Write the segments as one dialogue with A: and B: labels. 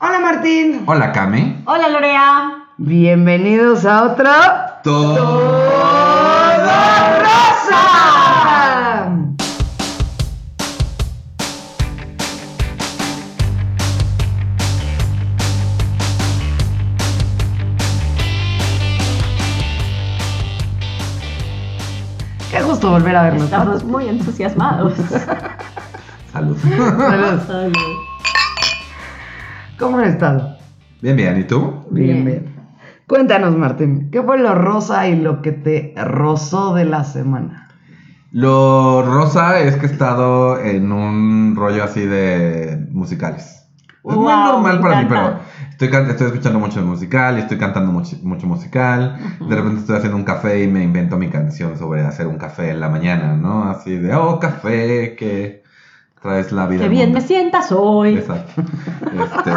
A: Hola Martín.
B: Hola, Kame.
C: Hola Lorea.
A: Bienvenidos a otra Todo Rosa. Qué gusto volver a verlos.
C: Estamos muy entusiasmados.
B: Salud.
A: Saludos. ¿Cómo han estado?
B: Bien, bien, ¿y tú?
A: Bien,
C: Bien.
A: bien. Cuéntanos, Martín, ¿qué fue lo rosa y lo que te rozó de la semana?
B: Lo rosa es que he estado en un rollo así de musicales. Es muy
C: Wow,
B: normal
C: me
B: para mí, pero
C: encanta.
B: estoy, can- estoy escuchando mucho musical y estoy cantando mucho, mucho musical. De repente estoy haciendo un café y me invento mi canción sobre hacer un café en la mañana, ¿no? Así de, oh, café, que traes la vida.
C: Qué
B: al
C: bien
B: mundo".
C: me sientas hoy.
B: Exacto. Este,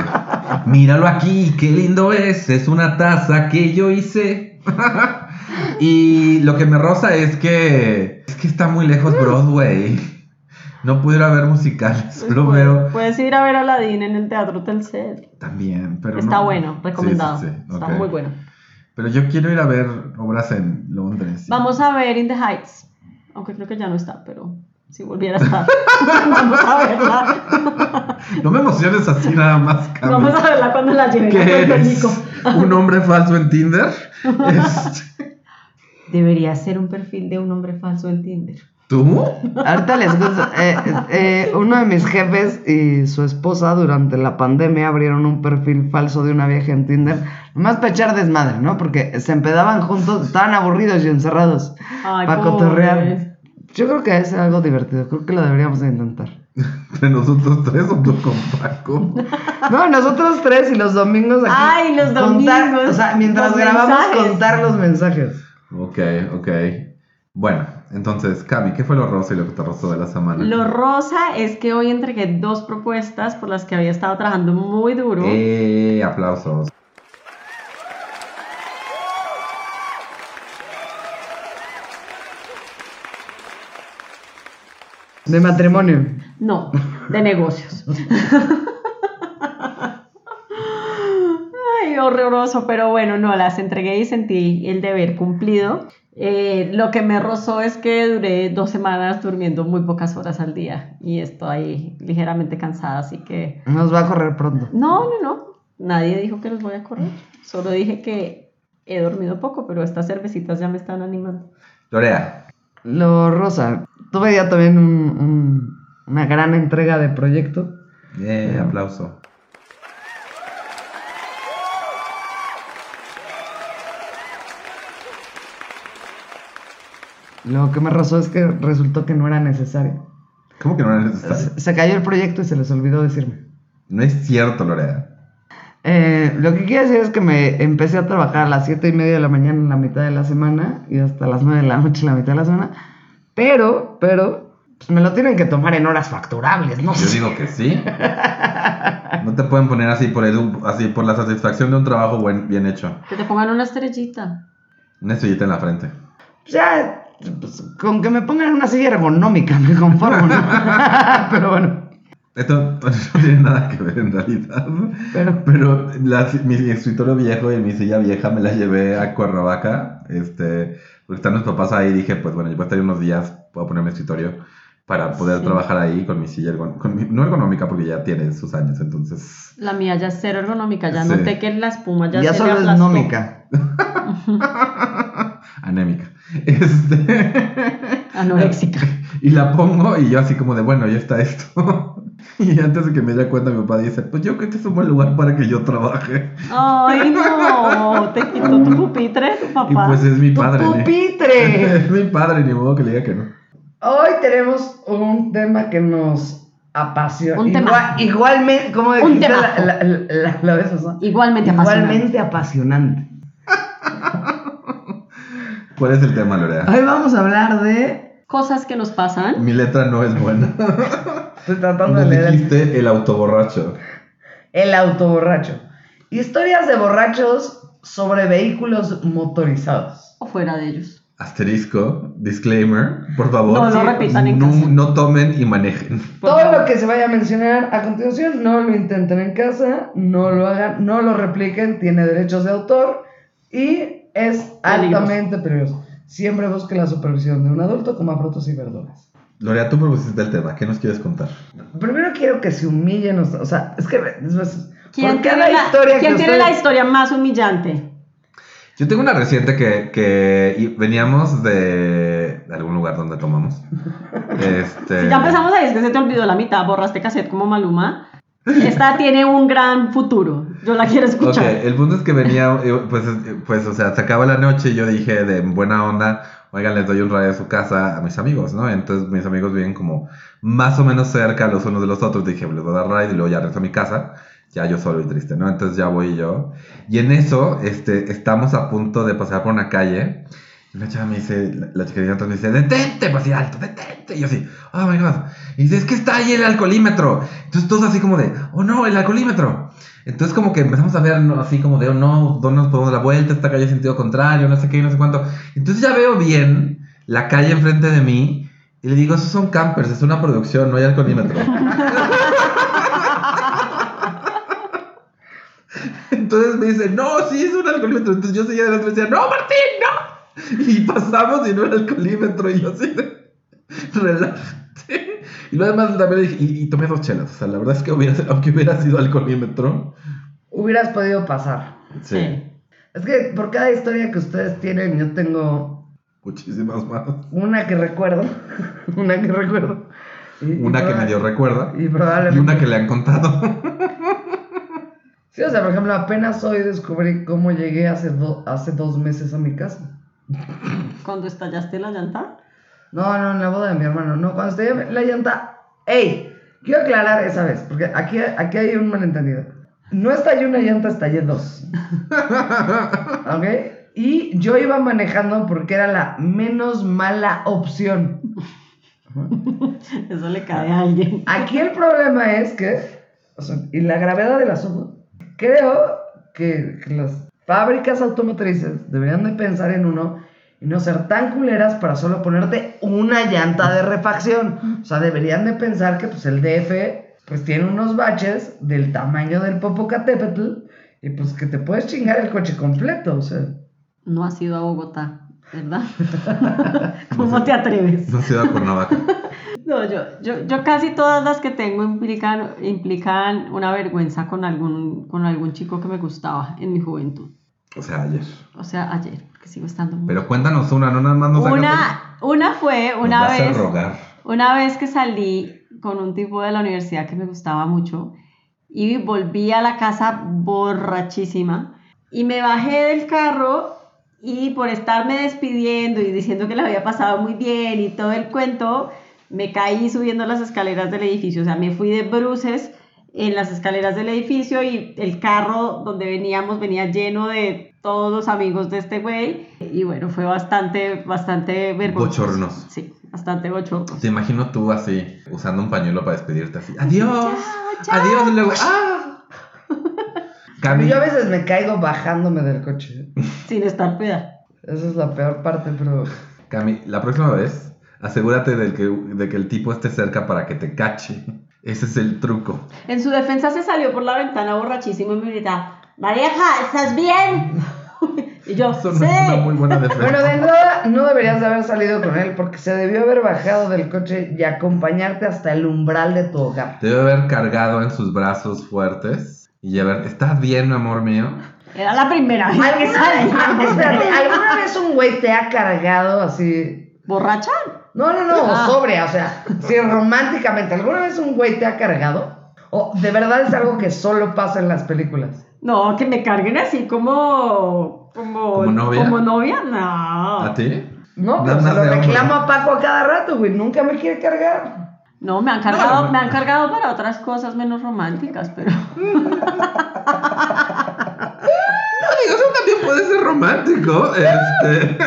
B: míralo aquí, qué lindo es. Es una taza que yo hice. y lo que me roza es que es que está muy
C: Mm.
B: lejos Broadway. No pudiera ver musicales, lo
C: Pues,
B: veo
C: Puedes ir a ver a Aladdin en el Teatro Telcel.
B: también, pero
C: Está
B: no.
C: bueno, recomendado.
B: Sí, sí, sí,
C: Está
B: ok.
C: muy bueno.
B: Pero yo quiero ir a ver obras en Londres.
C: Vamos a ver In the Heights. Aunque creo que ya no está, pero si volviera a estar. Vamos a verla.
B: No me emociones así nada más, Cami.
C: Vamos a verla cuando la lleven a
B: ¿Qué
C: Puerto
B: eres?
C: Rico.
B: ¿Un hombre falso en Tinder? Este,
C: Debería ser un perfil de un hombre falso en Tinder.
B: ¿Tú?
A: Ahorita les cuento. eh, eh, uno de mis jefes y su esposa durante la pandemia abrieron un perfil falso de una vieja en Tinder. Más para echar desmadre, ¿no? Porque se empedaban juntos, estaban aburridos y encerrados.
C: Ay,
A: para
C: pobres.
A: cotorrear. Yo creo que es algo divertido. Creo que lo deberíamos de intentar.
B: ¿Entre nosotros tres o tú con Paco?
A: No, nosotros tres y los domingos aquí.
C: Ay, los
A: contar-
C: domingos.
A: o sea, mientras
C: Los
A: grabamos,
C: mensajes.
A: contar los mensajes.
B: Ok, ok. Bueno, entonces, Cami, ¿qué fue lo rosa y lo que te rozó de la semana?
C: Lo rosa es que hoy entregué dos propuestas por las que había estado trabajando muy duro.
B: Eh, aplausos.
A: De matrimonio.
C: No, de negocios. Ay, horroroso, pero bueno, no, las entregué y sentí el deber cumplido. Eh, lo que me rozó es que duré dos semanas durmiendo muy pocas horas al día y estoy ligeramente cansada, así que...
A: Nos va a correr pronto.
C: No, no, no, nadie dijo que los voy a correr, solo dije que he dormido poco, pero estas cervecitas ya me están animando.
B: Lorea,
A: Lo rosa. Tuve ya también un- un- una gran entrega de proyecto.
B: eh, aplauso.
A: Lo que me rozó es que resultó que no era necesario.
B: ¿Cómo que no era necesario?
A: Se, se cayó el proyecto y se les olvidó decirme.
B: No es cierto, Lorea.
A: Eh, lo que quiero decir es que me empecé a trabajar a las 7 y media de la mañana en la mitad de la semana y hasta las 9 de la noche en la mitad de la semana. Pero, pero, pues me lo tienen que tomar en horas facturables, ¿no?
B: Yo digo que sí. No te pueden poner así por, el, así por la satisfacción de un trabajo buen, bien hecho.
C: Que te pongan una estrellita.
B: Una estrellita en la frente.
A: Ya, pues, con que me pongan en una silla ergonómica me conformo, ¿no? Pero bueno,
B: Esto no tiene nada que ver en realidad.
A: pero
B: Pero la- mi escritorio viejo y mi silla vieja me la llevé a Cuernavaca. Este, porque están mis papás ahí y dije, pues bueno, yo voy a estar ahí unos días, voy a poner mi escritorio para poder
C: Sí.
B: trabajar ahí con mi silla ergon- con mi- no ergonómica porque ya tiene sus años, entonces.
C: La mía ya es cero ergonómica, ya
B: Sí.
C: noté que la espuma ya,
A: ya,
C: se
A: solo
C: le
A: es
C: aplastó.
A: nómica.
B: Anémica. Este,
C: Anoréxica.
B: y la pongo y yo así como de, bueno, ya está esto. y antes de que me diera cuenta, mi papá dice, pues yo creo que este es un buen lugar para que yo trabaje.
C: Ay, no, te quitó tu pupitre, tu
B: Y
C: papá.
B: pues es mi
A: ¡Tu
B: padre. ¿eh?
A: pupitre!
B: es mi padre, ni modo que le diga que no.
A: Hoy tenemos un tema que nos apasiona.
C: Un tema.
A: Igualmente, como
C: Un
A: dijiste la,
C: temazo.
A: la- la- la- la vez pasada.
C: Igualmente apasionante.
A: Igualmente apasionante.
B: ¿Cuál es el tema, Lorea?
A: Hoy vamos a hablar de.
C: Cosas que nos pasan.
B: Mi letra no es buena.
A: Estoy tratando de
B: Nos
A: leer el,
B: dijiste el autoborracho.
A: el autoborracho. Historias de borrachos sobre vehículos motorizados.
C: O fuera de ellos.
B: Asterisco, disclaimer, por favor.
C: No lo repitan en
B: no-
C: casa.
B: no tomen y manejen.
C: Por
A: Todo
C: favor.
A: lo que se vaya a mencionar a continuación, no lo intenten en casa, no lo hagan, no lo repliquen, tiene derechos de autor y es altamente peligroso. Siempre busque la supervisión de un adulto, coma frutas y verduras.
B: Lorea, tú propusiste el tema, ¿qué nos quieres contar?
A: Primero quiero que se humillen, o sea, o sea, es que es- es-
C: ¿Quién
A: por
C: tiene,
A: cada
C: la,
A: historia
C: quién
A: que
C: tiene la
A: ustedes-
C: historia más humillante?
B: Yo tengo una reciente que, que y- veníamos de, de algún lugar donde tomamos. Este,
C: Si ya empezamos ahí, es que se te olvidó la mitad, borraste cassette como Maluma. Esta tiene un gran futuro. Yo la quiero
B: Ok,
C: escuchar.
B: el punto es que venía, eh, pues, eh, pues, o sea, se acaba la noche y yo dije de buena onda, oigan, les doy un radio de su casa a mis amigos, ¿no? Entonces mis amigos viven como más o menos cerca los unos de los otros. Dije, les voy a dar ride y luego ya regreso a mi casa, ya yo solo y triste, ¿no? Entonces ya voy yo. Y en eso, este, estamos a punto de pasar por una calle. Y una chava me dice, la, la chica de antes me dice, detente, pues así alto, detente. Y yo así, oh my god. Y dice, es que está ahí el alcoholímetro. Entonces todos así como de, oh no, el alcoholímetro. Entonces como que empezamos a ver ¿no? así como de, oh no, ¿dónde nos podemos dar la vuelta? Esta calle es sentido contrario, no sé qué, no sé cuánto. Entonces ya veo bien la calle enfrente de mí y le digo, esos son campers, es una producción, no hay alcoholímetro. Entonces me dice, no, sí es un alcoholímetro. Entonces yo seguía adelante y me decía, no, Martín, no. Y pasamos y no era alcoholímetro. Y yo así, de, relájate. Y lo demás también le dije, y, y tomé dos chelas. O sea, la verdad es que hubiera, aunque hubiera sido alcoholímetro.
A: hubieras podido pasar.
C: Sí.
A: Es que por cada historia que ustedes tienen, yo tengo
B: Muchísimas más.
A: una que recuerdo, una que recuerdo. y- y
B: Una que
A: proba-
B: medio recuerda.
A: Y
B: Y
A: probablemente...
B: una que le han contado.
A: Sí, o sea, por ejemplo, apenas hoy descubrí cómo llegué hace, do- hace dos meses a mi casa.
C: Cuando estallaste la llanta.
A: No, no, en la boda de mi hermano, no, cuando esté la llanta... ¡Ey! Quiero aclarar esa vez, porque aquí, aquí hay un malentendido. No estallé una llanta, estallé dos. ¿Ok? Y yo iba manejando porque era la menos mala opción.
C: Eso le cae a alguien.
A: Aquí el problema es que, o sea, y la gravedad del asunto, creo que las fábricas automotrices deberían de pensar en uno y no ser tan culeras para solo ponerte una llanta de refacción. O sea, deberían de pensar que pues el DF pues tiene unos baches del tamaño del Popocatépetl y pues que te puedes chingar el coche completo, o sea.
C: No has ido a Bogotá, ¿verdad? ¿Cómo te atreves?
B: No se va por Navaca.
C: No, yo, yo, yo casi todas las que tengo implican, implican una vergüenza con algún, con algún chico que me gustaba en mi juventud.
B: O sea, ayer.
C: O sea, ayer, que sigo estando muy...
B: Pero cuéntanos una, no nada más nos hagas-
C: una, una fue
B: nos
C: una
B: vas a
C: vez,
B: rogar.
C: una vez que salí con un tipo de la universidad que me gustaba mucho y volví a la casa borrachísima y me bajé del carro y por estarme despidiendo y diciendo que la había pasado muy bien y todo el cuento, me caí subiendo las escaleras del edificio, o sea, me fui de bruces en las escaleras del edificio y el carro donde veníamos venía lleno de todos los amigos de este güey y bueno, fue bastante, bastante vergonzoso.
B: Bochornoso.
C: Sí, bastante bochornoso.
B: Te imagino tú así, usando un pañuelo para despedirte así. Adiós.
C: Chao, chao.
B: Adiós. Y luego, ah. Cami,
A: Yo a veces me caigo bajándome del coche.
C: Sin estar peda.
A: Esa es la peor parte, pero...
B: Cami, la próxima vez, asegúrate del que, de que el tipo esté cerca para que te cache. Ese es el truco.
C: En su defensa se salió por la ventana borrachísimo y me grita, Mareja, ¿estás bien? y yo,
B: Eso no
C: sí.
B: es una muy buena defensa.
A: Bueno, de entrada no deberías de haber salido con él porque se debió haber bajado del coche y acompañarte hasta el umbral de tu hogar.
B: Te debe haber cargado en sus brazos fuertes y haber, ¿estás bien, amor mío?
C: Era la primera vez que
A: ¿Alguna vez,
C: salí.
A: espérate, ¿alguna vez un güey te ha cargado así?
C: ¿Borracha?
A: No, no, no,
C: Ah.
A: sobria, o sea, si románticamente, ¿alguna vez un güey te ha cargado? ¿O de verdad es algo que solo pasa en las películas?
C: No, que me carguen así como... Como,
B: ¿Como novia?
C: Como novia, no.
B: ¿A ti?
A: No,
B: Nada
A: pero se
B: más
A: lo
B: de hombre.
A: reclamo a Paco a cada rato, güey, nunca me quiere cargar.
C: No, me han cargado,
B: no.
C: me han cargado para otras cosas menos románticas, pero
B: No, digo, eso también puede ser romántico. Este...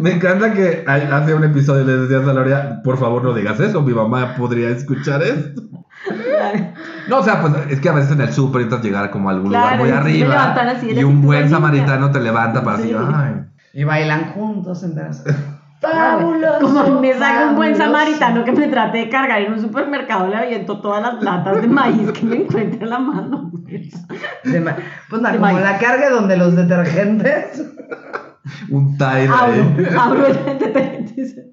B: Me encanta que hay- hace un episodio le decías a Lorea, por favor no digas eso, mi mamá podría escuchar esto. No, o sea, pues es que a veces en el súper intentas llegar como a algún
C: Claro,
B: lugar muy
C: y te
B: arriba
C: levantan así,
B: y
C: eres
B: un buen
C: cintura linda.
B: samaritano te levanta para
C: Sí.
B: así, ay.
A: Y bailan juntos, enteras.
C: Fabuloso, Como me saca un buen
A: fabuloso.
C: samaritano que me trate de cargar en un supermercado, le aviento todas las latas de maíz que me encuentre en la mano. güey.
A: De ma- Pues nada,
C: De
A: como
C: maíz.
A: la carga donde los detergentes.
B: Un tire ahí.
C: Abro, abro el detergente. y se-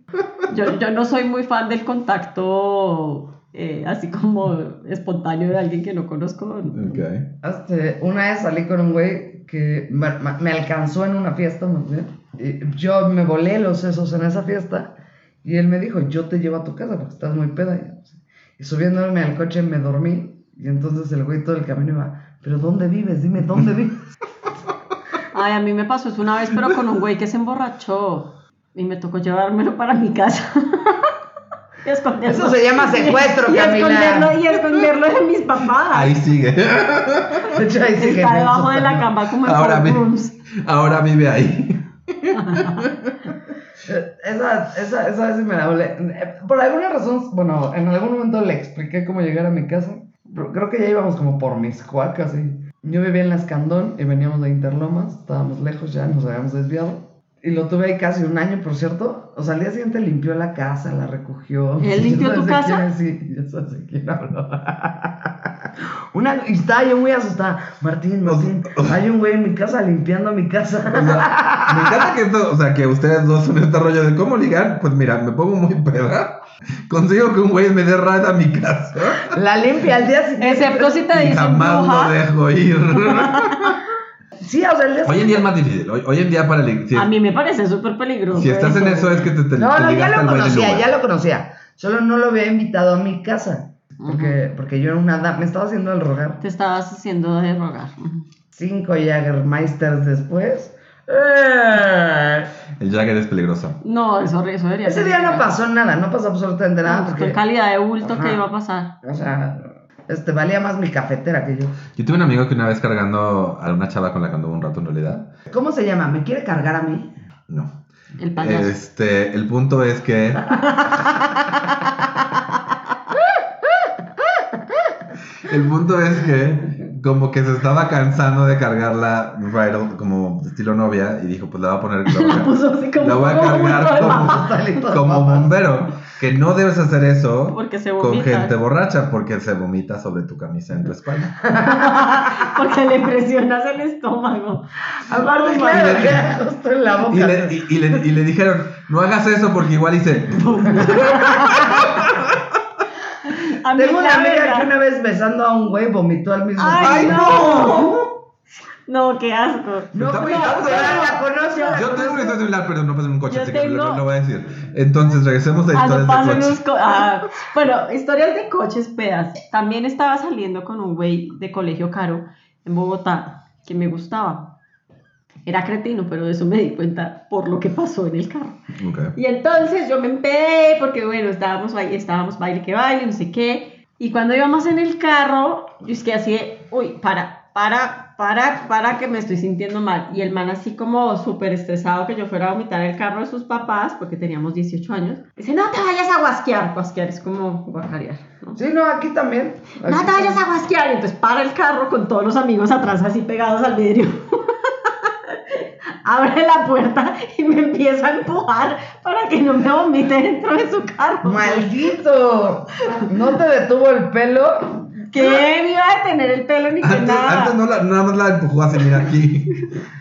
C: Yo, yo no soy muy fan del contacto eh, así como espontáneo de alguien que no conozco.
B: Ok.
A: Este, una vez salí con un güey que me, me alcanzó en una fiesta, más bien. Y yo me volé los sesos en esa fiesta y él me dijo, yo te llevo a tu casa porque estás muy peda. Y, subiéndome al coche me dormí y entonces el güey todo el camino iba, pero ¿dónde vives? Dime, ¿dónde vives?
C: Ay, a mí me pasó eso una vez, pero con un güey que se emborrachó y me tocó llevármelo para mi casa. Y esconderlo.
A: Eso se llama secuestro,
C: y,
A: Camila.
C: esconderlo, y esconderlo de mis papás.
B: Ahí sigue.
A: De hecho, ahí sí que
C: Está
A: me
C: debajo de
A: asusta.
C: la cama como en
B: Ahora,
C: Ahora
B: vi- ahora vive ahí.
A: Eh, Esa, esa, esa vez sí me la volé. Eh, Por alguna razón, bueno, en algún momento le expliqué cómo llegar a mi casa. Pero Creo que ya íbamos como por mis cuacas y yo vivía en la Escandón y veníamos de Interlomas, estábamos lejos ya, nos habíamos desviado. Y lo tuve ahí casi un año, por cierto. O sea, al día siguiente limpió la casa, la recogió. Sí,
C: ¿Él limpió
A: ya
C: tu
A: sé
C: casa?
A: quién es, Sí, ya sabes de quién hablo. Una, y estaba yo muy asustada. Martín, Martín, hay un güey en mi casa limpiando mi casa.
B: O sea, me encanta que esto, o sea, que ustedes dos son este rollo de cómo ligar. Pues mira, me pongo muy peda. Consigo que un güey me dé rata a mi casa.
A: La limpia al día siguiente.
C: Excepto si te
B: Y
C: dicen
B: jamás lo
C: bruja.
B: dejo ir.
A: Sí, o sea, el día
B: Hoy en día es más difícil. Hoy, hoy en día para ligar.
C: A mí me parece súper peligroso.
B: Si estás en eso
C: eso.
B: es que te, te,
A: No,
B: te
A: no, ya
B: ligaste
A: lo
B: al güey del
A: conocía,
B: Uber.
A: ya lo conocía. Solo no lo había invitado a mi casa. Porque, porque yo era una dama. Me estaba haciendo el rogar.
C: Te estabas haciendo de rogar.
A: Cinco Jagermeisters después. ¡eh!
B: El Jagger es peligroso.
C: No, eso, eso debería
A: Ese
C: ser
A: día no
C: legal.
A: pasó nada, no pasó absolutamente nada.
C: No, pues,
A: Porque,
C: Con calidad de bulto
A: Ajá.
C: que iba a pasar.
A: o sea, este, valía más mi cafetera que yo.
B: Yo tuve un amigo que una vez cargando a una chava con la que anduvo un rato en realidad.
A: ¿Cómo se llama? ¿Me quiere cargar a mí?
B: No.
C: El payaso.
B: Este, el punto es que. El punto es que como que se estaba cansando de cargarla Rydell como estilo novia y dijo, pues la voy a poner la voy a-
C: Puso así como-
B: la voy a cargar
C: como-
B: como,
A: Pastelitos,
B: como
A: papas.
B: bombero, que no debes hacer eso
C: Porque se
B: con
C: vomita.
B: gente borracha porque se vomita sobre tu camisa en tu espalda.
C: Porque le presionas el estómago.
A: Aparte,
C: Oh,
A: claro,
B: my
A: que era justo en la boca.
B: Y le, y- y le- y le dijeron, no hagas eso porque igual hice...
C: A mí
A: Tengo una
C: la
A: amiga
C: verdad-
A: que una vez besando a un güey vomitó al mismo
C: Ay,
A: tiempo.
C: no! No, qué asco.
B: Me está
A: No,
B: pintando,
A: no,
B: ¿verdad?
A: la conozco, la
B: Yo tengo un historia similar, pero no pasa en un coche,
C: Yo
B: así que
C: tengo-
B: no lo voy a decir. Entonces, regresemos a
C: Ah, no
B: historias
C: pasan
B: de
C: los
B: coche.
C: co- ah, bueno, historias de coches pedas. También estaba saliendo con un güey de colegio caro en Bogotá que me gustaba. Era cretino, pero de eso me di cuenta por lo que pasó en el carro.
B: Ok.
C: Y entonces yo me empedé porque, bueno, estábamos, ahí- estábamos baile que baile, no sé qué. Y cuando íbamos en el carro, yo es que así, de, uy, para, para, para, para que me estoy sintiendo mal. Y el man así como súper estresado que yo fuera a vomitar el carro de sus papás, porque teníamos 18 años, dice, no te vayas a guasquear. Guasquear es como guajarear, ¿no?
A: Sí, no, aquí también.
C: No
A: Aquí
C: te vayas a guasquear. Y entonces para el carro con todos los amigos atrás así pegados al vidrio. Abre la puerta y me empieza a empujar para que no me vomite dentro de su carro.
A: ¡Maldito! ¿No te detuvo el pelo?
C: Que me iba a detener el pelo ni que
B: Antes,
C: nada.
B: antes no la- nada más la empujó así, mira aquí.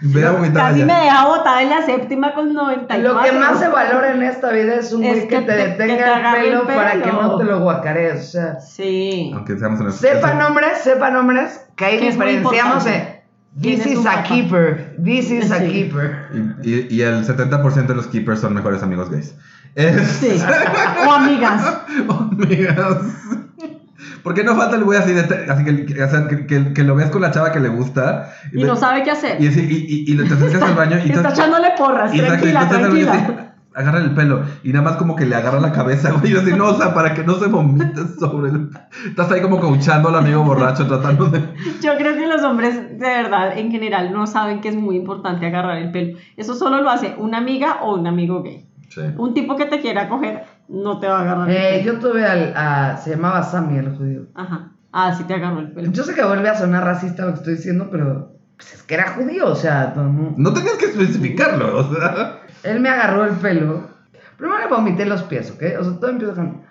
B: Ve a vomitar
C: Casi
B: allá.
C: me deja botada en la séptima con 94.
A: Lo que más se valora en esta vida es un
C: Es
A: güey que,
C: que
A: te
C: te-
A: detenga
C: que te
A: el,
C: agarre el
A: pelo para
C: pelo.
A: que no te lo guacarees. O sea,
C: Sí.
B: Aunque seamos honestos. Este,
A: sepan
B: eso-
A: nombres, sepan nombres, que ahí
C: Que es muy
A: diferenciamos
C: importante.
A: de
C: ¿Quién
A: This
C: es
A: is
C: un
A: a
C: papá?
A: keeper, this is a
C: Sí.
A: keeper.
B: Y, y- y el 70% de los keepers son mejores amigos gays. Es-
C: Sí. O amigas.
B: Amigas. Porque no falta el güey así, de, así que, o sea, que, que- que lo ves con la chava que le gusta.
C: Y no sabe qué hacer.
B: Y, así- y, y, y le- te acercas al baño y
C: Que está
B: estás-
C: echándole porras.
B: Exacto, y
C: Ah, Tranquila,
B: entonces el güey
C: tranquila.
B: así, agarra el pelo y nada más como que le agarra la cabeza, güey. Yo así, no, o sea, para que no se vomite sobre el. Estás ahí como coachando al amigo borracho, tratando de.
C: Yo creo que los hombres de verdad en general no saben que es muy importante agarrar el pelo. Eso solo lo hace una amiga o un amigo gay.
B: Sí.
C: Un tipo que te quiera coger no te va a agarrar
A: Eh,
C: el pelo.
A: yo tuve al. a- se llamaba Sammy el judío.
C: Ajá. Ah, sí te agarró el pelo.
A: Yo sé que vuelve a sonar racista lo que estoy diciendo, pero Pues es que era judío, o sea, todo el mundo-
B: No tenías que especificarlo, o sea.
A: Él me agarró el pelo. Primero le vomité los pies, ¿ok? O sea, todo empieza con...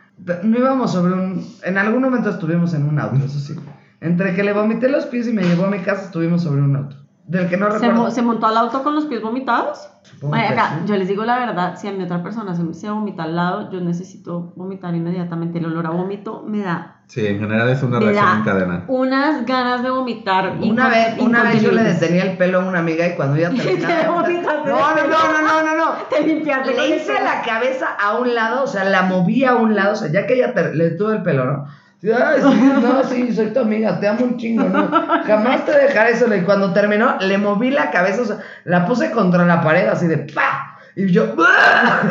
A: No íbamos sobre un... En algún momento estuvimos en un auto, eso sí. Entre que le vomité los pies y me llevó a mi casa, estuvimos sobre un auto. Del que no
C: ¿Se,
A: recuerdo...
C: mo- se montó al auto con los pies vomitados?
A: Supongo
C: Ay,
A: que
C: acá,
A: sí.
C: yo les digo la verdad, si a mi otra persona se, se vomita al lado, yo necesito vomitar inmediatamente. El olor a vómito me da,
B: Sí, en general es una
C: me
B: reacción
C: da
B: en cadena.
C: unas ganas de vomitar.
A: Una
C: incon-
A: vez, una vez yo le
C: incontenibles.
A: detenía el pelo a una amiga y cuando ella
C: Y te
A: terminaba...
C: vomitaste.
A: No, no, no, no, no, no, no.
C: Te limpiaste con
A: Le
C: el
A: hice
C: pelo.
A: la cabeza a un lado, o sea, la moví a un lado, o sea, ya que ella te- le tuvo el pelo, ¿no? Sí, Ay, sí, no, sí, soy tu amiga, te amo un chingo, ¿no? Jamás te dejaré sola. Y cuando terminó, le moví la cabeza, o sea, la puse contra la pared, así de ¡pa! Y yo ¡ah!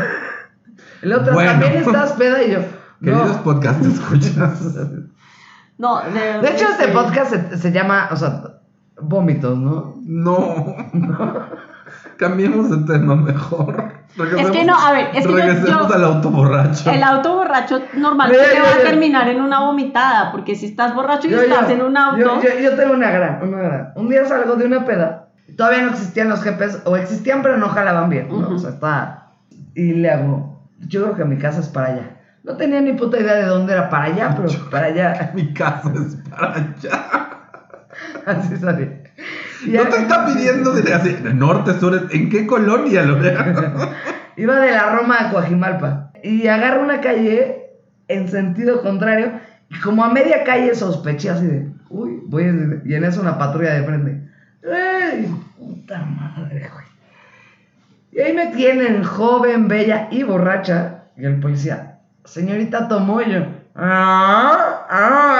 A: El otro
B: Bueno.
A: también estás peda y yo.
B: Queridos
A: No.
B: podcast, escuchas.
C: No, de,
A: De hecho, este
C: sí.
A: podcast se, se llama, o sea, vómitos, ¿no?
B: No. Cambiemos de tema mejor.
C: Es que no, a ver, es que yo-
B: regresemos
C: yo-
B: al auto borracho.
C: El auto borracho normalmente
A: Mira, yo-
C: va a
A: yo-
C: terminar en una vomitada, porque si estás borracho y
A: Yo-
C: estás
A: yo-
C: en un auto,
A: Yo, yo- yo tengo una gran, una gran. Un día salgo de una peda. Todavía no existían los GPS, o existían, pero no jalaban bien. ¿no?
C: Ujú.
A: O sea, está. Y le hago, yo creo que mi casa es para allá. No tenía ni puta idea de dónde era para allá, pero para allá.
B: Mi casa es para allá.
A: Así sale.
B: No te está pidiendo de así, norte, sur, ¿en qué colonia, Lorena?
A: Iba de la Roma a Coajimalpa. Y agarro una calle en sentido contrario. Y como a media calle sospeché así de, uy, voy en- y en eso una patrulla de frente. ¡Ey! ¡Puta madre, güey! Y ahí me tienen, joven, bella y borracha. Y el policía, señorita Tomoyo. Ah,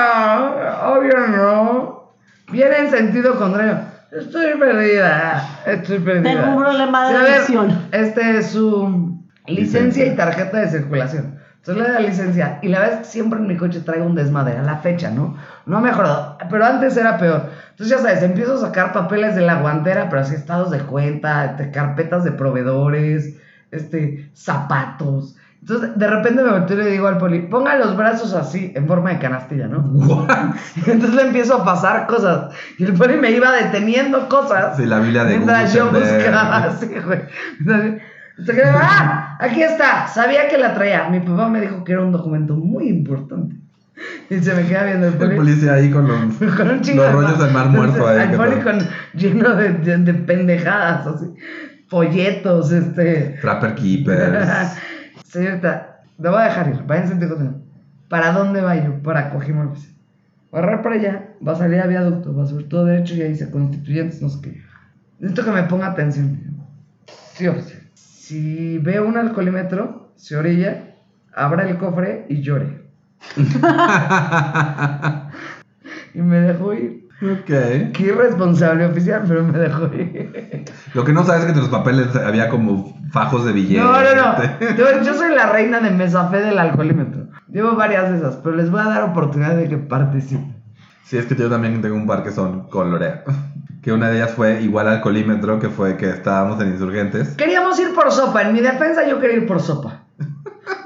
A: ah, obvio no. Viene en sentido contrario. Estoy perdida, estoy perdida.
C: Tengo un problema de
A: Sí, a ver,
C: adicción.
A: Este es su licencia y tarjeta de circulación. Entonces le da licencia. Y la verdad es que siempre en mi coche traigo un desmadre, a la fecha, ¿no? No ha mejorado. Pero antes era peor. Entonces ya sabes, empiezo a sacar papeles de la guantera, pero así estados de cuenta, este, carpetas de proveedores, este, zapatos. Entonces de repente me volteo y le digo al poli, ponga los brazos así, en forma de canastilla, ¿no?
B: What?
A: Entonces le empiezo a pasar cosas. Y el poli me iba deteniendo cosas.
B: Sí, la Biblia de
A: Mientras yo
B: Gutenberg.
A: buscaba así, güey. Entonces, se quedaba, ¡ah! Aquí está. Sabía que la traía. Mi papá me dijo que era un documento muy importante. Y se me queda viendo el
B: El
A: poli.
B: policía ahí con los,
A: Con un chingo
B: los rollos de mar muerto ahí.
A: El
B: que
A: poli
B: tal.
A: con, lleno de, de- de pendejadas, así. Folletos, este.
B: Trapper Keepers.
A: Señorita, la voy a dejar ir. Váyanse en continuo. ¿Para dónde va yo? Para Cojimón. Va a agarrar para allá, va a salir a viaducto, va a subir todo derecho y ahí dice constituyentes, no sé qué. Necesito que me ponga atención. Sí, oficial. Si veo un alcoholímetro, se orilla, abra el cofre y llore. y me dejó ir.
B: ok.
A: Qué irresponsable oficial, pero me dejó ir.
B: Lo que no sabes es que entre los papeles había como fajos de billetes.
A: No, no, no. Yo, yo soy la reina de Mesafé del alcoholímetro. Llevo varias de esas, pero les voy a dar oportunidad de que participen.
B: Sí, es que yo también tengo un par que son con Lorea. Que una de ellas fue igual al colímetro, que fue que estábamos en Insurgentes.
A: Queríamos ir por sopa. En mi defensa, yo quería ir por sopa.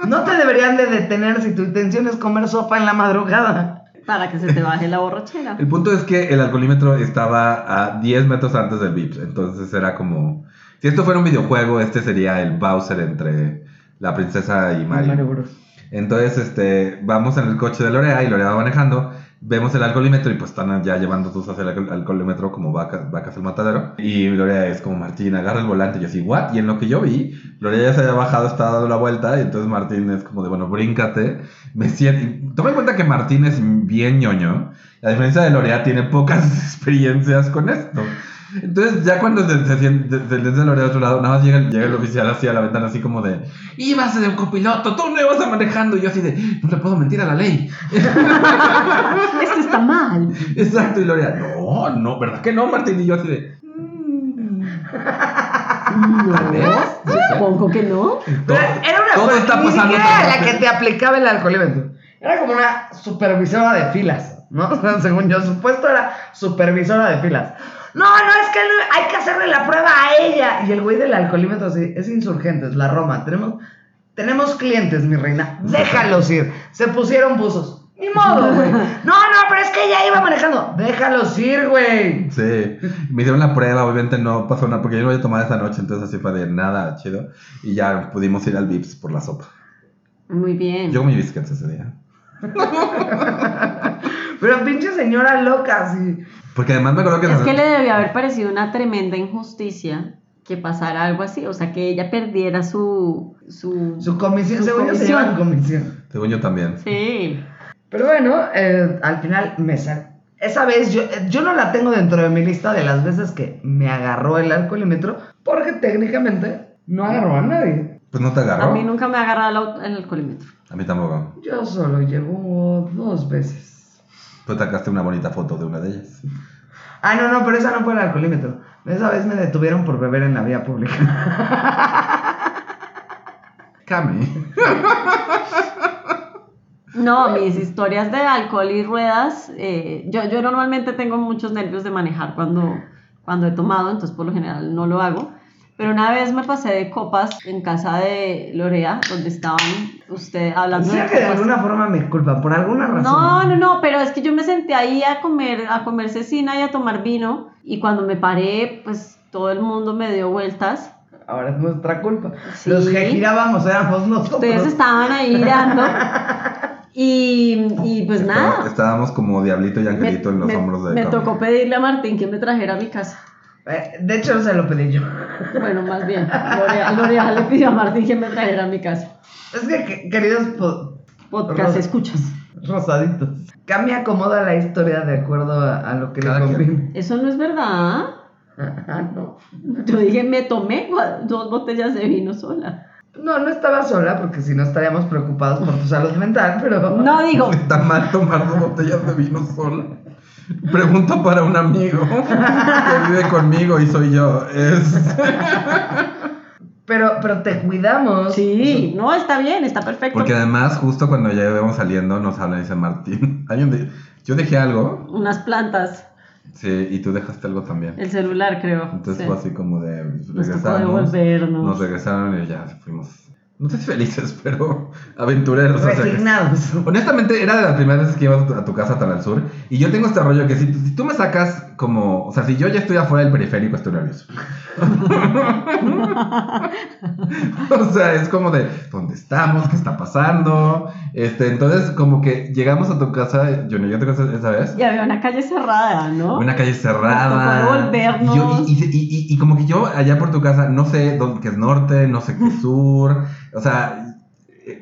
A: No te deberían de detener si tu intención es comer sopa en la madrugada.
C: para que se te baje la borrachera.
B: El punto es que el alcoholímetro estaba a 10 metros antes del VIPS. Entonces era como. Si esto fuera un videojuego, este sería el Bowser entre la princesa y Mario.
A: Mario Bros.
B: Entonces, este, vamos en el coche de Lorea y Lorea va manejando. Vemos el alcoholímetro y pues están ya llevando todos hacia el alcohol- alcoholímetro como vacas, vacas al matadero. Y Lorea es como, Martín, agarra el volante. Y yo así, ¿what? Y en lo que yo vi, Lorea ya se había bajado, estaba dando la vuelta. Y entonces Martín es como de, bueno, bríncate. Me siento... y Toma en cuenta que Martín es bien ñoño. La diferencia de Lorea tiene pocas experiencias con esto. Entonces, ya cuando se, se, siente- se les da Lorea a otro lado, nada más llega, el- llega el oficial así a la ventana, así como de, ibas de un copiloto, tú no ibas a manejando. Y yo así de, no le puedo mentir a la ley.
C: Esto está mal.
B: Exacto, y Lorea, no, no, ¿verdad que no, Martín? Y yo así de,
C: No,
B: ¿eh?
C: supongo que no.
B: Todo,
A: era una
B: todo
A: cosa-
B: está
A: ni
B: pasando.
A: siquiera
B: tan
A: era la
B: rápido.
A: que te aplicaba el alcoholímetro. Era como una supervisora de filas, ¿no? O sea, Según yo, supuesto era supervisora de filas. No, no, es que no- hay que hacerle la prueba a ella. Y el güey del alcoholímetro así, es insurgente, es la Roma. Tenemos, tenemos clientes, mi reina. Déjalos ir. Se pusieron buzos. Ni modo, güey. No, no, pero es que ella iba manejando. Déjalos ir, güey.
B: Sí, me hicieron la prueba, obviamente no pasó nada, porque yo no voy a tomar esa noche, entonces así fue de nada, chido. Y ya pudimos ir al Vips por la sopa.
C: Muy bien.
B: Yo comí biscuits ese día.
A: Pero pinche señora loca, sí.
B: Porque además me acuerdo que...
C: Es que le debió haber parecido una tremenda injusticia que pasara algo así, o sea, que ella perdiera su... su,
A: Su comisión,
C: su
A: según yo se
C: comisión.
A: llaman comisión.
B: Según yo también.
C: Sí.
A: Pero bueno, eh, al final me sal... Esa vez yo, eh, yo no la tengo dentro de mi lista de las veces que me agarró el alcoholímetro, porque técnicamente no agarró a nadie.
B: Pues no te
C: A
B: agarró.
C: mí nunca me ha agarrado el au- el alcoholímetro.
B: A mí tampoco.
A: Yo solo llevo dos veces.
B: Tú Pues sacaste una bonita foto de una de ellas.
A: Ah, no, no, pero esa no fue el alcoholímetro. Esa vez me detuvieron por beber en la vía pública.
B: Cami.
C: No, mis historias de alcohol y ruedas, eh, yo, yo normalmente tengo muchos nervios de manejar cuando, cuando he tomado, entonces por lo general no lo hago. Pero una vez me pasé de copas en casa de Lorea, donde estaban usted hablando
A: Sea
C: de
A: que de
C: copas.
A: alguna forma me culpan, por alguna razón.
C: No, no, no, pero es que yo me senté ahí a comer, a comer cecina y a tomar vino y cuando me paré, pues todo el mundo me dio vueltas.
A: Ahora es nuestra culpa.
C: Sí.
A: Los que girábamos éramos nosotros.
C: Ustedes estaban ahí mirando y, y pues nada.
B: Estábamos como diablito y angelito en los
C: me-
B: hombros de
C: me
B: Cami.
C: tocó pedirle a Martín que me trajera a mi casa.
A: Eh, de hecho, se lo pedí yo.
C: Bueno, más bien, L'Oreal L'Oreal le pidió a Martín que me trajera a mi casa.
A: Es que, que- queridos po-
C: Podcast,
A: Ro-
C: escuchas.
A: rosaditos, Cami acomoda la historia de acuerdo a, a lo que
B: Cada
A: le
B: quien.
A: conviene.
C: Eso no es verdad.
A: Ah, no.
C: Yo dije, me tomé gua- dos botellas de vino sola.
A: No, no estaba sola porque si no estaríamos preocupados por tu salud mental, pero...
C: No digo,
B: Está mal tomar dos botellas de vino sola. Pregunta para un amigo que vive conmigo y soy yo. Es...
A: Pero, pero te cuidamos.
C: sí, no, está bien, está perfecto.
B: Porque además, justo cuando ya íbamos saliendo, nos habla y dice Martín. "Hay un de- Yo dejé algo.
C: Unas plantas,
B: Sí, y tú dejaste algo también.
C: el celular, creo.
B: Entonces
C: Sí.
B: fue así como de. pues,
C: Nos tocó
B: Regresamos.
C: devolvernos.
B: Nos regresaron y ya fuimos. No sé si felices, pero aventureros. o sea que-
A: Resignados.
B: Honestamente, era de las primeras veces que iba a tu, a tu casa tan al sur. Y yo tengo este rollo que si, si tú me sacas como. O sea, si yo ya estoy afuera del periférico, estoy nervioso. o sea, es como de. ¿Dónde estamos? ¿Qué está pasando? Este, entonces, como que llegamos a tu casa. Yo no llegué a tu casa esa vez.
C: Y había una calle cerrada, ¿no?
B: Una calle
C: Nos tocó
B: cerrada.
C: devolvernos.
B: Y, yo- y- y- y- y- y como que yo allá por tu casa, no sé dónde, qué es norte, no sé qué es sur. O sea,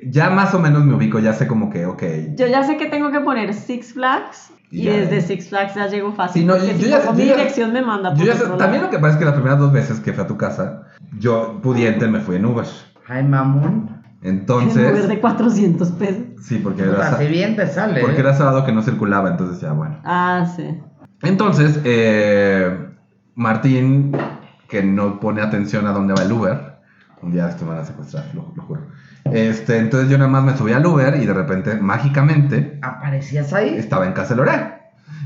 B: ya más o menos me ubico, ya sé como que, ok.
C: Yo ya sé que tengo que poner Six Flags y,
B: Y ya.
C: desde Six Flags ya llego fácil.
B: Sí, no,
C: porque
B: yo-
C: si
B: yo ya-
C: pongo
B: yo
C: mi
B: ya-
C: dirección me manda
B: Yo
C: por
B: ya sé-
C: otro lado.
B: también lo que pasa es que las primeras dos veces que fui a tu casa, yo pudiente me fui en Uber.
A: Ay, mamón.
C: En Uber
B: Entonces,
C: de 400 pesos.
B: sí, porque
A: O
B: era,
A: sea,
B: sa-
A: si bien te sale.
B: porque
A: ¿eh?
B: era sábado que no circulaba, entonces ya bueno.
C: Ah, sí.
B: Entonces, eh, Martín, que no pone atención a dónde va el Uber, un día esto me van a secuestrar, lo, lo juro. Este, entonces yo nada más me subí al Uber y de repente, mágicamente,
A: Aparecías ahí.
B: estaba en casa de Lorena.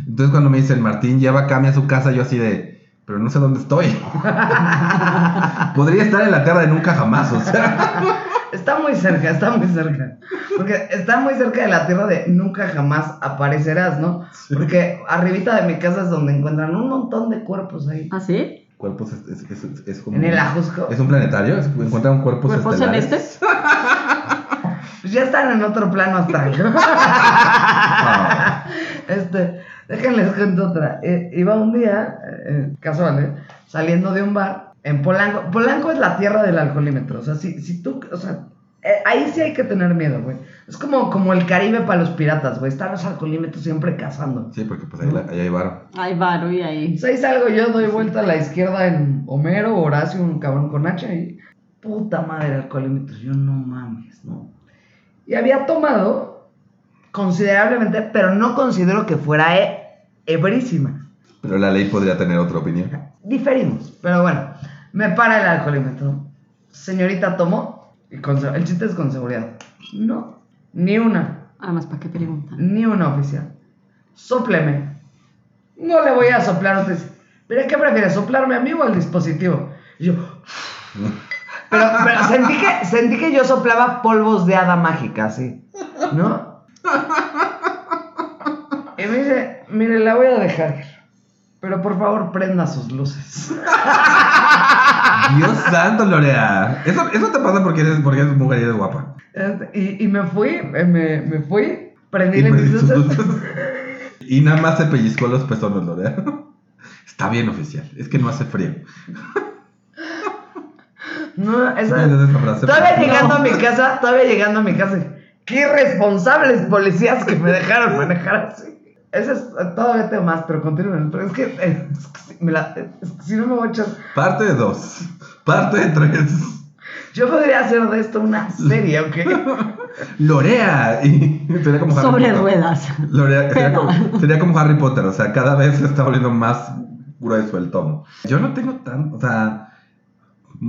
B: Entonces cuando me dicen, Martín, lleva a Cami a su casa, yo así de, pero no sé dónde estoy. Podría estar en la tierra de nunca jamás, o sea.
A: Está muy cerca, está muy cerca. Porque está muy cerca de la tierra de nunca jamás aparecerás, ¿no? Porque arribita de mi casa es donde encuentran un montón de cuerpos ahí.
C: ¿Ah, sí?
B: Cuerpos es, es- es- es como...
A: En el ajusco.
B: Es un planetario, es- encuentran cuerpos,
C: ¿Cuerpos
B: Pues
C: este?
B: estelares.
C: celestes?
A: Pues Ya están en otro plano astral.
B: Ah,
A: Este, déjenles cuento otra. Eh, iba un día, eh, casual, ¿eh? saliendo de un bar en Polanco. Polanco es la tierra del alcoholímetro. O sea, si, si tú, o sea, eh, ahí sí hay que tener miedo, güey. Es como, como el Caribe para los piratas, güey. Están los alcoholímetros siempre cazando.
B: sí, porque pues ahí, la- ahí hay varo.
C: Ay, varo y ahí.
A: Pues ahí salgo yo, doy vuelta a la izquierda en Homero, Horacio, un cabrón con hacha y puta madre alcoholímetro, yo no mames, ¿no? Y había tomado considerablemente, pero no considero que fuera e- ebrísima.
B: Pero la ley podría tener otra opinión.
A: Diferimos, pero bueno, me para el alcoholímetro. Señorita, tomó. Y con se- el chiste es con seguridad. No, ni una,
C: Además, ¿para qué preguntan?
A: ni una oficial. Sópleme. No le voy a soplar a usted. Mira, ¿qué prefieres? ¿Soplarme a mí o al dispositivo? Y yo. Pero, pero sentí, que, sentí que yo soplaba polvos de hada mágica, así. ¿No? Y me dice, mire, la voy a dejar ir. Pero por favor, prenda sus luces.
B: Dios santo, Lorea. Eso, eso te pasa porque eres, porque eres mujer y eres guapa.
A: Este, Y, y me fui, eh, me, me fui, prendí
B: Y,
A: las
B: prendí sus
A: luces.
B: luces. Y nada más se pellizcó los pezones, Lorea. Está bien oficial. Es que no hace frío.
A: No, es-
B: Ay, no, esa frase,
A: todavía
B: pero-
A: llegando a
B: No.
A: mi casa, todavía llegando a mi casa. Qué irresponsables policías que me dejaron manejar así. Ese es todavía tengo más, pero continúen. Pero es que, eh, es que si, me la- es que si no me voy a echar.
B: Parte de dos. Parte de tres.
A: Yo podría hacer de esto una serie, ¿ok?
B: Lorea. Y sería como Harry
C: Sobre
B: Potter.
C: ruedas.
B: Lorea, sería,
C: Pero-
B: como, sería como Harry Potter. O sea, cada vez se está volviendo más grueso el tomo. Yo no tengo tan. O sea,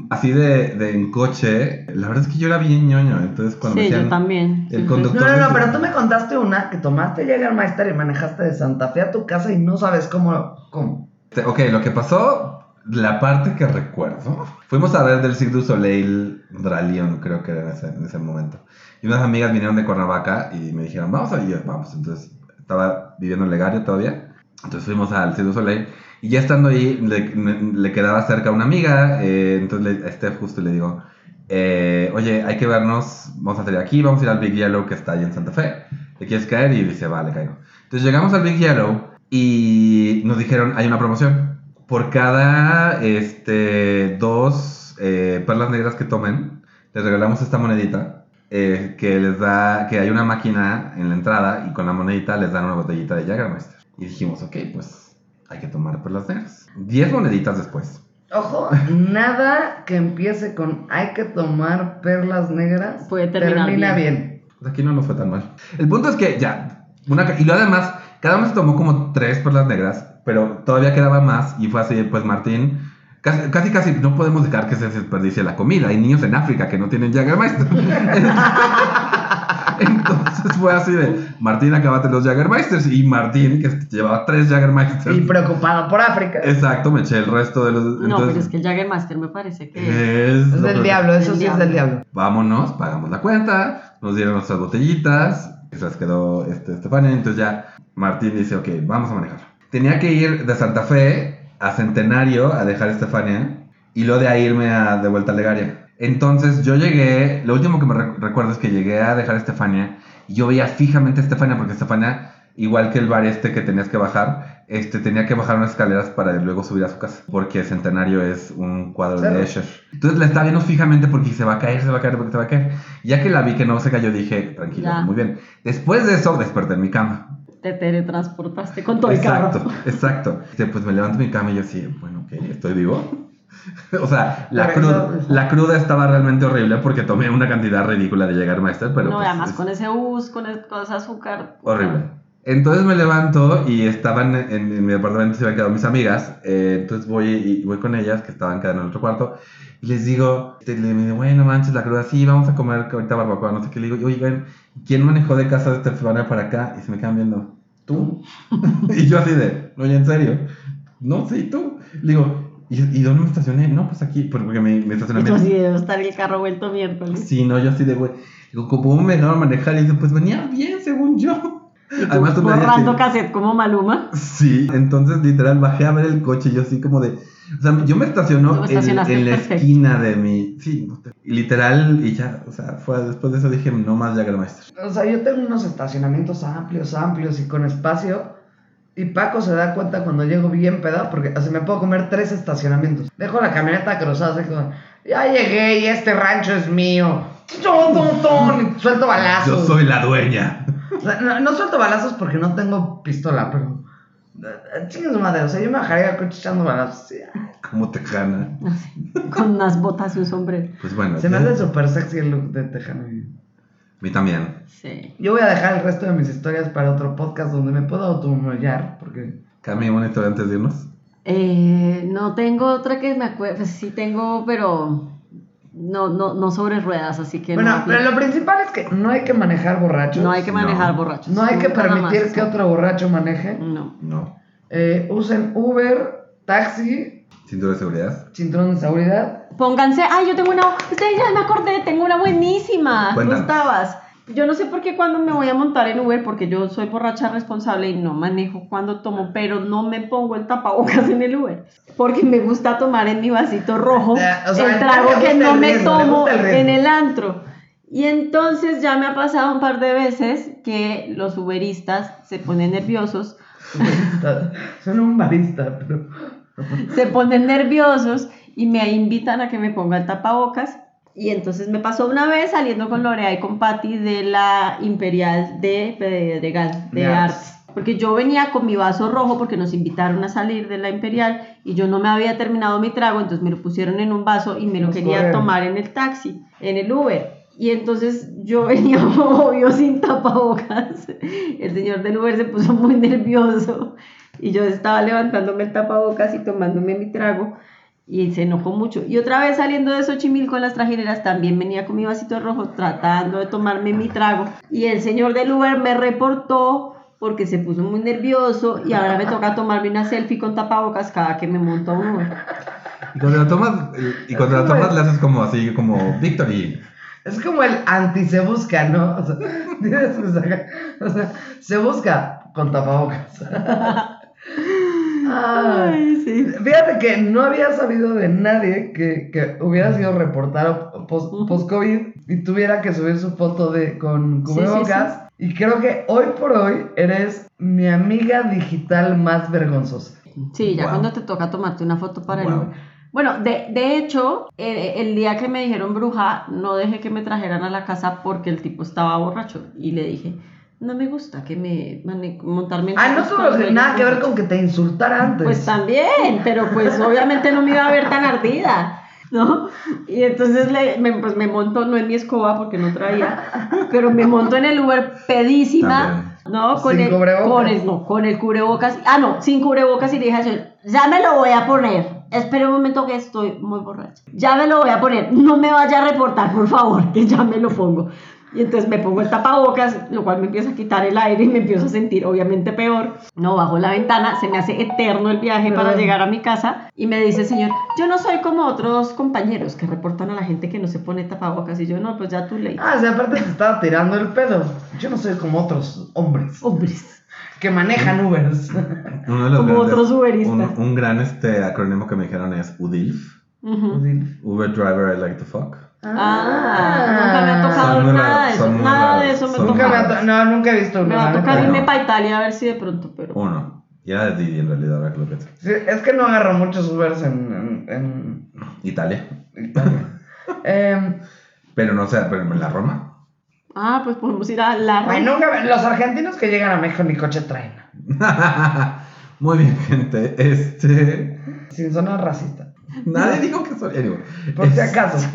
B: así de, de en coche. La verdad es que yo era bien ñoño. Entonces, cuando me
C: Sí, yo
B: decían.
C: también.
B: el
C: Ujú.
B: conductor-
A: No, no, no, pero tú me contaste una que tomaste Jägermeister y manejaste de Santa Fe a tu casa y no sabes cómo. cómo.
B: Este, Ok, lo que pasó, la parte que recuerdo, fuimos a ver del Cirque du Soleil Dralion, creo que era en ese, en ese momento. Y unas amigas vinieron de Cuernavaca y me dijeron, vamos a ir, vamos. Entonces estaba viviendo en Legario todavía. Entonces fuimos al Cirque du Soleil y ya estando ahí le, me- le quedaba cerca una amiga. eh, entonces le, a Steph justo le digo, eh, oye, hay que vernos, vamos a salir aquí, vamos a ir al Big Yellow que está ahí en Santa Fe. ¿Te quieres caer? Y dice, vale, caigo. Entonces llegamos al Big Yellow y nos dijeron, hay una promoción. Por cada este, dos eh, perlas negras que tomen, les regalamos esta monedita eh, que les da, que hay una máquina en la entrada y con la monedita les dan una botellita de Jägermeister. Y dijimos, ok, pues hay que tomar perlas negras. Diez moneditas después.
A: Ojo, nada que empiece con hay que tomar perlas negras.
C: Puede terminar
A: termina
C: bien.
A: bien.
B: Pues aquí no nos fue tan mal. El punto es que ya, una, ca- y lo además, cada uno se tomó como tres perlas negras, pero todavía quedaba más y fue así, pues Martín, casi casi, casi no podemos dejar que se desperdicie la comida. Hay niños en África que no tienen Jägermeister. Entonces fue así de, Martín, acabate los Jägermeisters y Martín, que llevaba tres Jägermeisters.
A: Y preocupado por África. Es,
B: Exacto, me eché el resto de los...
C: No,
B: entonces- eh,
C: pero es que el Jaggermaster me parece que. eh,
B: Es lo
A: del
B: peor.
A: diablo, eso
C: Del
A: sí es del diablo.
B: vámonos, pagamos la cuenta, nos dieron nuestras botellitas, que se las quedó este, Estefania, entonces ya Martín dice, ok, vamos a manejar. Tenía que ir de Santa Fe a Centenario a dejar a Estefania y luego de ahí irme a- de vuelta a Legaria. Entonces yo llegué, lo último que me re- recuerdo es que llegué a dejar a Estefania y yo veía fijamente a Estefania porque Estefania, igual que el bar este que tenías que bajar, este tenía que bajar unas escaleras para luego subir a su casa porque Centenario es un cuadro
A: Cerro.
B: de Escher. Entonces la estaba viendo fijamente porque se va a caer, se va a caer, porque se va a caer. Ya que la vi que no se cayó, dije, tranquila,
C: Ya.
B: muy bien. Después de eso, desperté en mi cama.
C: Te teletransportaste con todo el carro.
B: Exacto, exacto. Este, Pues me levanto de mi cama y yo así, bueno, ok, estoy vivo. o sea, la,
A: Pero
B: cruda,
A: eso-
B: la cruda estaba realmente horrible porque tomé una cantidad ridícula de llegar maestra, pero...
C: no,
B: pues,
C: además
B: es
C: con ese bus, con, es- con ese azúcar. puta.
B: Horrible. Entonces me levanto y estaban en, en mi apartamento, se habían quedado mis amigas. eh, entonces voy y voy con ellas, que estaban quedando en el otro cuarto. Y les digo, este, le- me digo, bueno, manches, la cruda, sí, vamos a comer ahorita barbacoa, no sé qué. Le digo, oigan, ¿quién manejó de casa de Estefania para acá? Y se me quedan viendo, ¿tú? y yo así de, oye, ¿en serio? No, sí, tú. Le digo, ¿y, y dónde me estacioné? No, pues aquí, porque mi, mi
C: Y tú
B: estacionamiento...
C: así debe estar el carro vuelto miércoles.
B: Sí, no, yo así de, güey. Digo, ¿cómo me dejaron manejar? Y dice, pues venía bien, según yo.
C: Y tú
B: Además, tú me decías
C: borrando
B: que-
C: cassette como Maluma.
B: Sí, entonces literal bajé a ver el coche y yo así como de... O sea, yo me
C: Tú
B: estacionó
C: me
B: en,
C: estacionaste
B: en la
C: perfecto.
B: esquina de mi... Sí, no te- y literal y ya, o sea, fue después de eso dije, no más Jagermeister.
A: O sea, yo tengo unos estacionamientos amplios, amplios y con espacio. Y Paco se da cuenta cuando llego bien pedado, porque así me puedo comer tres estacionamientos. Dejo la camioneta cruzada, así como, ya llegué y este rancho es mío. Ton, ton, ton, y suelto balazos.
B: Yo soy la dueña.
A: O sea, no, no suelto balazos porque no tengo pistola, pero. eh, eh, Chingue su madre, o sea, yo me bajaría al coche echando balazos. sí, ah.
B: Como tejana.
C: Así, con unas botas y un sombrero.
B: Pues bueno,
A: Se me hace
B: entonces,
A: súper sexy el look de Tejano.
B: mí también.
C: Sí.
A: Yo voy a dejar el resto de mis historias para otro podcast donde me puedo automollar, porque.
B: Cami, una historia antes de irnos.
C: Eh, no tengo otra que me acuerdo. sí tengo, pero no, no, no sobre ruedas, así que
A: Bueno,
C: no,
A: pero lo principal es que no hay que manejar borrachos.
C: no hay que manejar
B: No.
C: borrachos.
A: No hay que
C: Nunca
A: permitir
C: jamás.
A: que otro borracho maneje.
C: No.
B: No.
A: Eh, usen Uber, taxi,
B: Cintura de seguridad.
A: cinturón de seguridad.
C: Pónganse, ay, yo tengo una, ustedes ya me acordé, tengo una buenísima.
B: Cuéntanos.
C: Tú estabas. Yo no sé por qué cuando me voy a montar en Uber, porque yo soy borracha responsable y no manejo cuando tomo, pero no me pongo el tapabocas en el Uber, porque me gusta tomar en mi vasito rojo
A: Eh, o sea,
C: el trago
A: te gusta
C: que
A: el
C: no me
A: riesgo, te
C: tomo
A: gusta el riesgo.
C: en el antro. Y entonces ya me ha pasado un par de veces que los uberistas se ponen nerviosos
A: Son un barista, pero.
C: se ponen nerviosos y me invitan a que me ponga el tapabocas. Y entonces me pasó una vez saliendo con Lorea y con Patti de la Imperial de Pedregal, de
A: De Arts.
C: Arts. Porque yo venía con mi vaso rojo porque nos invitaron a salir de la Imperial y yo no me había terminado mi trago, entonces me lo pusieron en un vaso y me lo
A: Nos
C: quería
A: corrieron.
C: tomar en el taxi, en el Uber. Y entonces yo venía obvio sin tapabocas. El señor del Uber se puso muy nervioso y yo estaba levantándome el tapabocas y tomándome mi trago y se enojó mucho. Y otra vez saliendo de Xochimilco en las trajineras, también venía con mi vasito rojo tratando de tomarme mi trago. Y el señor del Uber me reportó porque se puso muy nervioso y ahora me toca tomarme una selfie con tapabocas cada que me monto a un Uber.
B: Y cuando la tomas, y cuando la tomas, la haces como así, como Victory.
A: Es como el anti se busca, ¿no? O sea, tienes que sacar- o sea, se busca con tapabocas. Ay.
C: Ay, sí.
A: Fíjate que no había sabido de nadie que, que hubiera sido reportado pos-
C: Ujú.
A: post-COVID y tuviera que subir su foto de, con
C: Sí, sí, sí.
A: cubrebocas. Y creo que hoy por hoy eres mi amiga digital más vergonzosa.
C: Sí, ya
B: Wow.
C: cuando te toca tomarte una foto para el
B: Wow.
C: Uber. Bueno, de, de hecho, eh, el, día que me dijeron bruja, no dejé que me trajeran a la casa porque el tipo estaba borracho. Y le dije, no me gusta que me mane- montarme en
A: Ah, no
C: carros cuando
A: tuvo
C: ellos
A: nada que ver
C: borrachos".
A: con que te insultara antes.
C: Pues también, pero pues obviamente no me iba a ver tan ardida, ¿no? Y entonces le- me, pues me monto, no en mi escoba porque no traía, pero me monto en el Uber pedísima, ¿no? Con
A: Sin
C: el,
A: cubrebocas.
C: Con el, no, con el cubrebocas. Ah, no, sin cubrebocas y le dije al señor, ya me lo voy a poner. Espera un momento que estoy muy borracha. Ya me lo voy a poner. No me vaya a reportar, por favor, que ya me lo pongo. Y entonces me pongo el tapabocas, lo cual me empieza a quitar el aire y me empiezo a sentir obviamente peor. No bajo la ventana, se me hace eterno el viaje para
A: Ay.
C: llegar a mi casa. Y me dice, señor, yo no soy como otros compañeros que reportan a la gente que no se pone tapabocas. Y yo, no, pues ya tú ley.
A: Ah, o sea, aparte te estaba tirando el pedo. Yo no soy como otros hombres
C: Hombres.
A: que manejan Ubers.
B: Uno de los
C: Como
B: grandes-
C: otros uberistas.
B: Un, un gran este acrónimo que me dijeron es UDILF.
C: Ujú.
B: Uber Driver I Like to Fuck.
C: Ah, nunca me ha tocado
B: Son muy
C: nada de
B: raros,
C: eso.
B: son muy
C: Nada de
B: raros,
C: eso me
B: son
C: ha
B: muy
A: Nunca me ha
C: tocado.
A: to- No, nunca he visto
C: Me
A: uno.
C: va a
A: la
C: tocar
A: neta.
C: irme para Italia a ver si de pronto, pero.
B: Uno. Y era de Didi en realidad, ahora que lo pienso.
A: Sí, es que no agarro muchos Ubers en, en- en
B: Italia.
A: Italia. Em,
B: Pero no sé, pero en la Roma.
C: Ah, pues podemos ir a la.
A: ay, nunca me- los argentinos que llegan a México ni coche traen.
B: Muy bien, gente. Este.
A: Sin sonar racista.
B: Nadie dijo que soy. anyway.
A: Por si
B: Es-
A: acaso.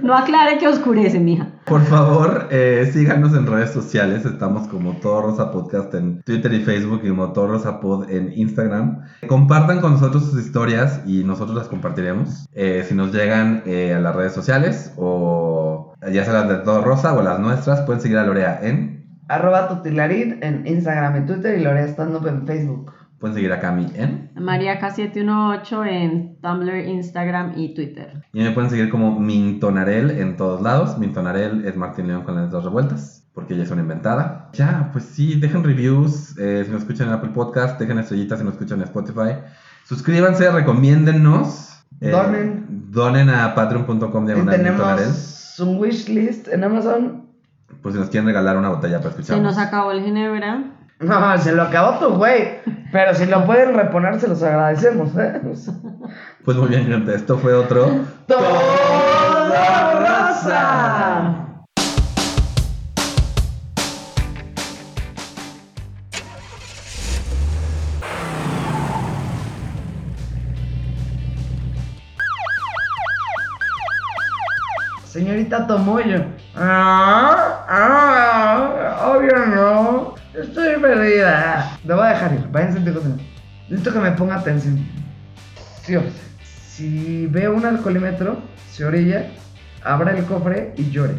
C: No aclare que oscurece, mija.
B: Por favor, eh, síganos en redes sociales. Estamos como Todo Rosa Podcast en Twitter y Facebook y como Todo Rosa Pod en Instagram. Compartan con nosotros sus historias y nosotros las compartiremos. Eh, si nos llegan eh, a las redes sociales o ya sea las de Todo Rosa o las nuestras, pueden seguir a Lorea en,
A: Arroba tutilarín en Instagram y Twitter y Lorea Stand Up en Facebook.
B: pueden seguir a Cami en
C: Mariaca718 en Tumblr, Instagram y Twitter.
B: y me pueden seguir como Mintonarel en todos lados. Mintonarel es Martín León con las letras revueltas porque ella es una inventada. Ya, pues sí, dejen reviews eh, si nos escuchan en Apple Podcast, dejen estrellitas si nos escuchan en Spotify. Suscríbanse, recomiéndennos.
A: Donen.
B: Donen a patreon.com
A: Y
B: diagonal Mintonarel.
A: tenemos un wish list en Amazon.
B: Pues si nos quieren regalar una botella para escuchar.
C: Se nos acabó el Ginebra.
A: No, se lo acabó tu güey. Pero si lo pueden reponer, se los agradecemos. ¿eh?
B: Pues muy bien, gente, esto fue otro.
A: ¡Toda raza! Señorita Tomoyo. Ah, ah, obvio no. Estoy perdida. Te voy a dejar ir. Váyanse de cocina. Necesito que me ponga atención. Sí, hombre. si veo un alcoholímetro, se orilla, abra el cofre y llore.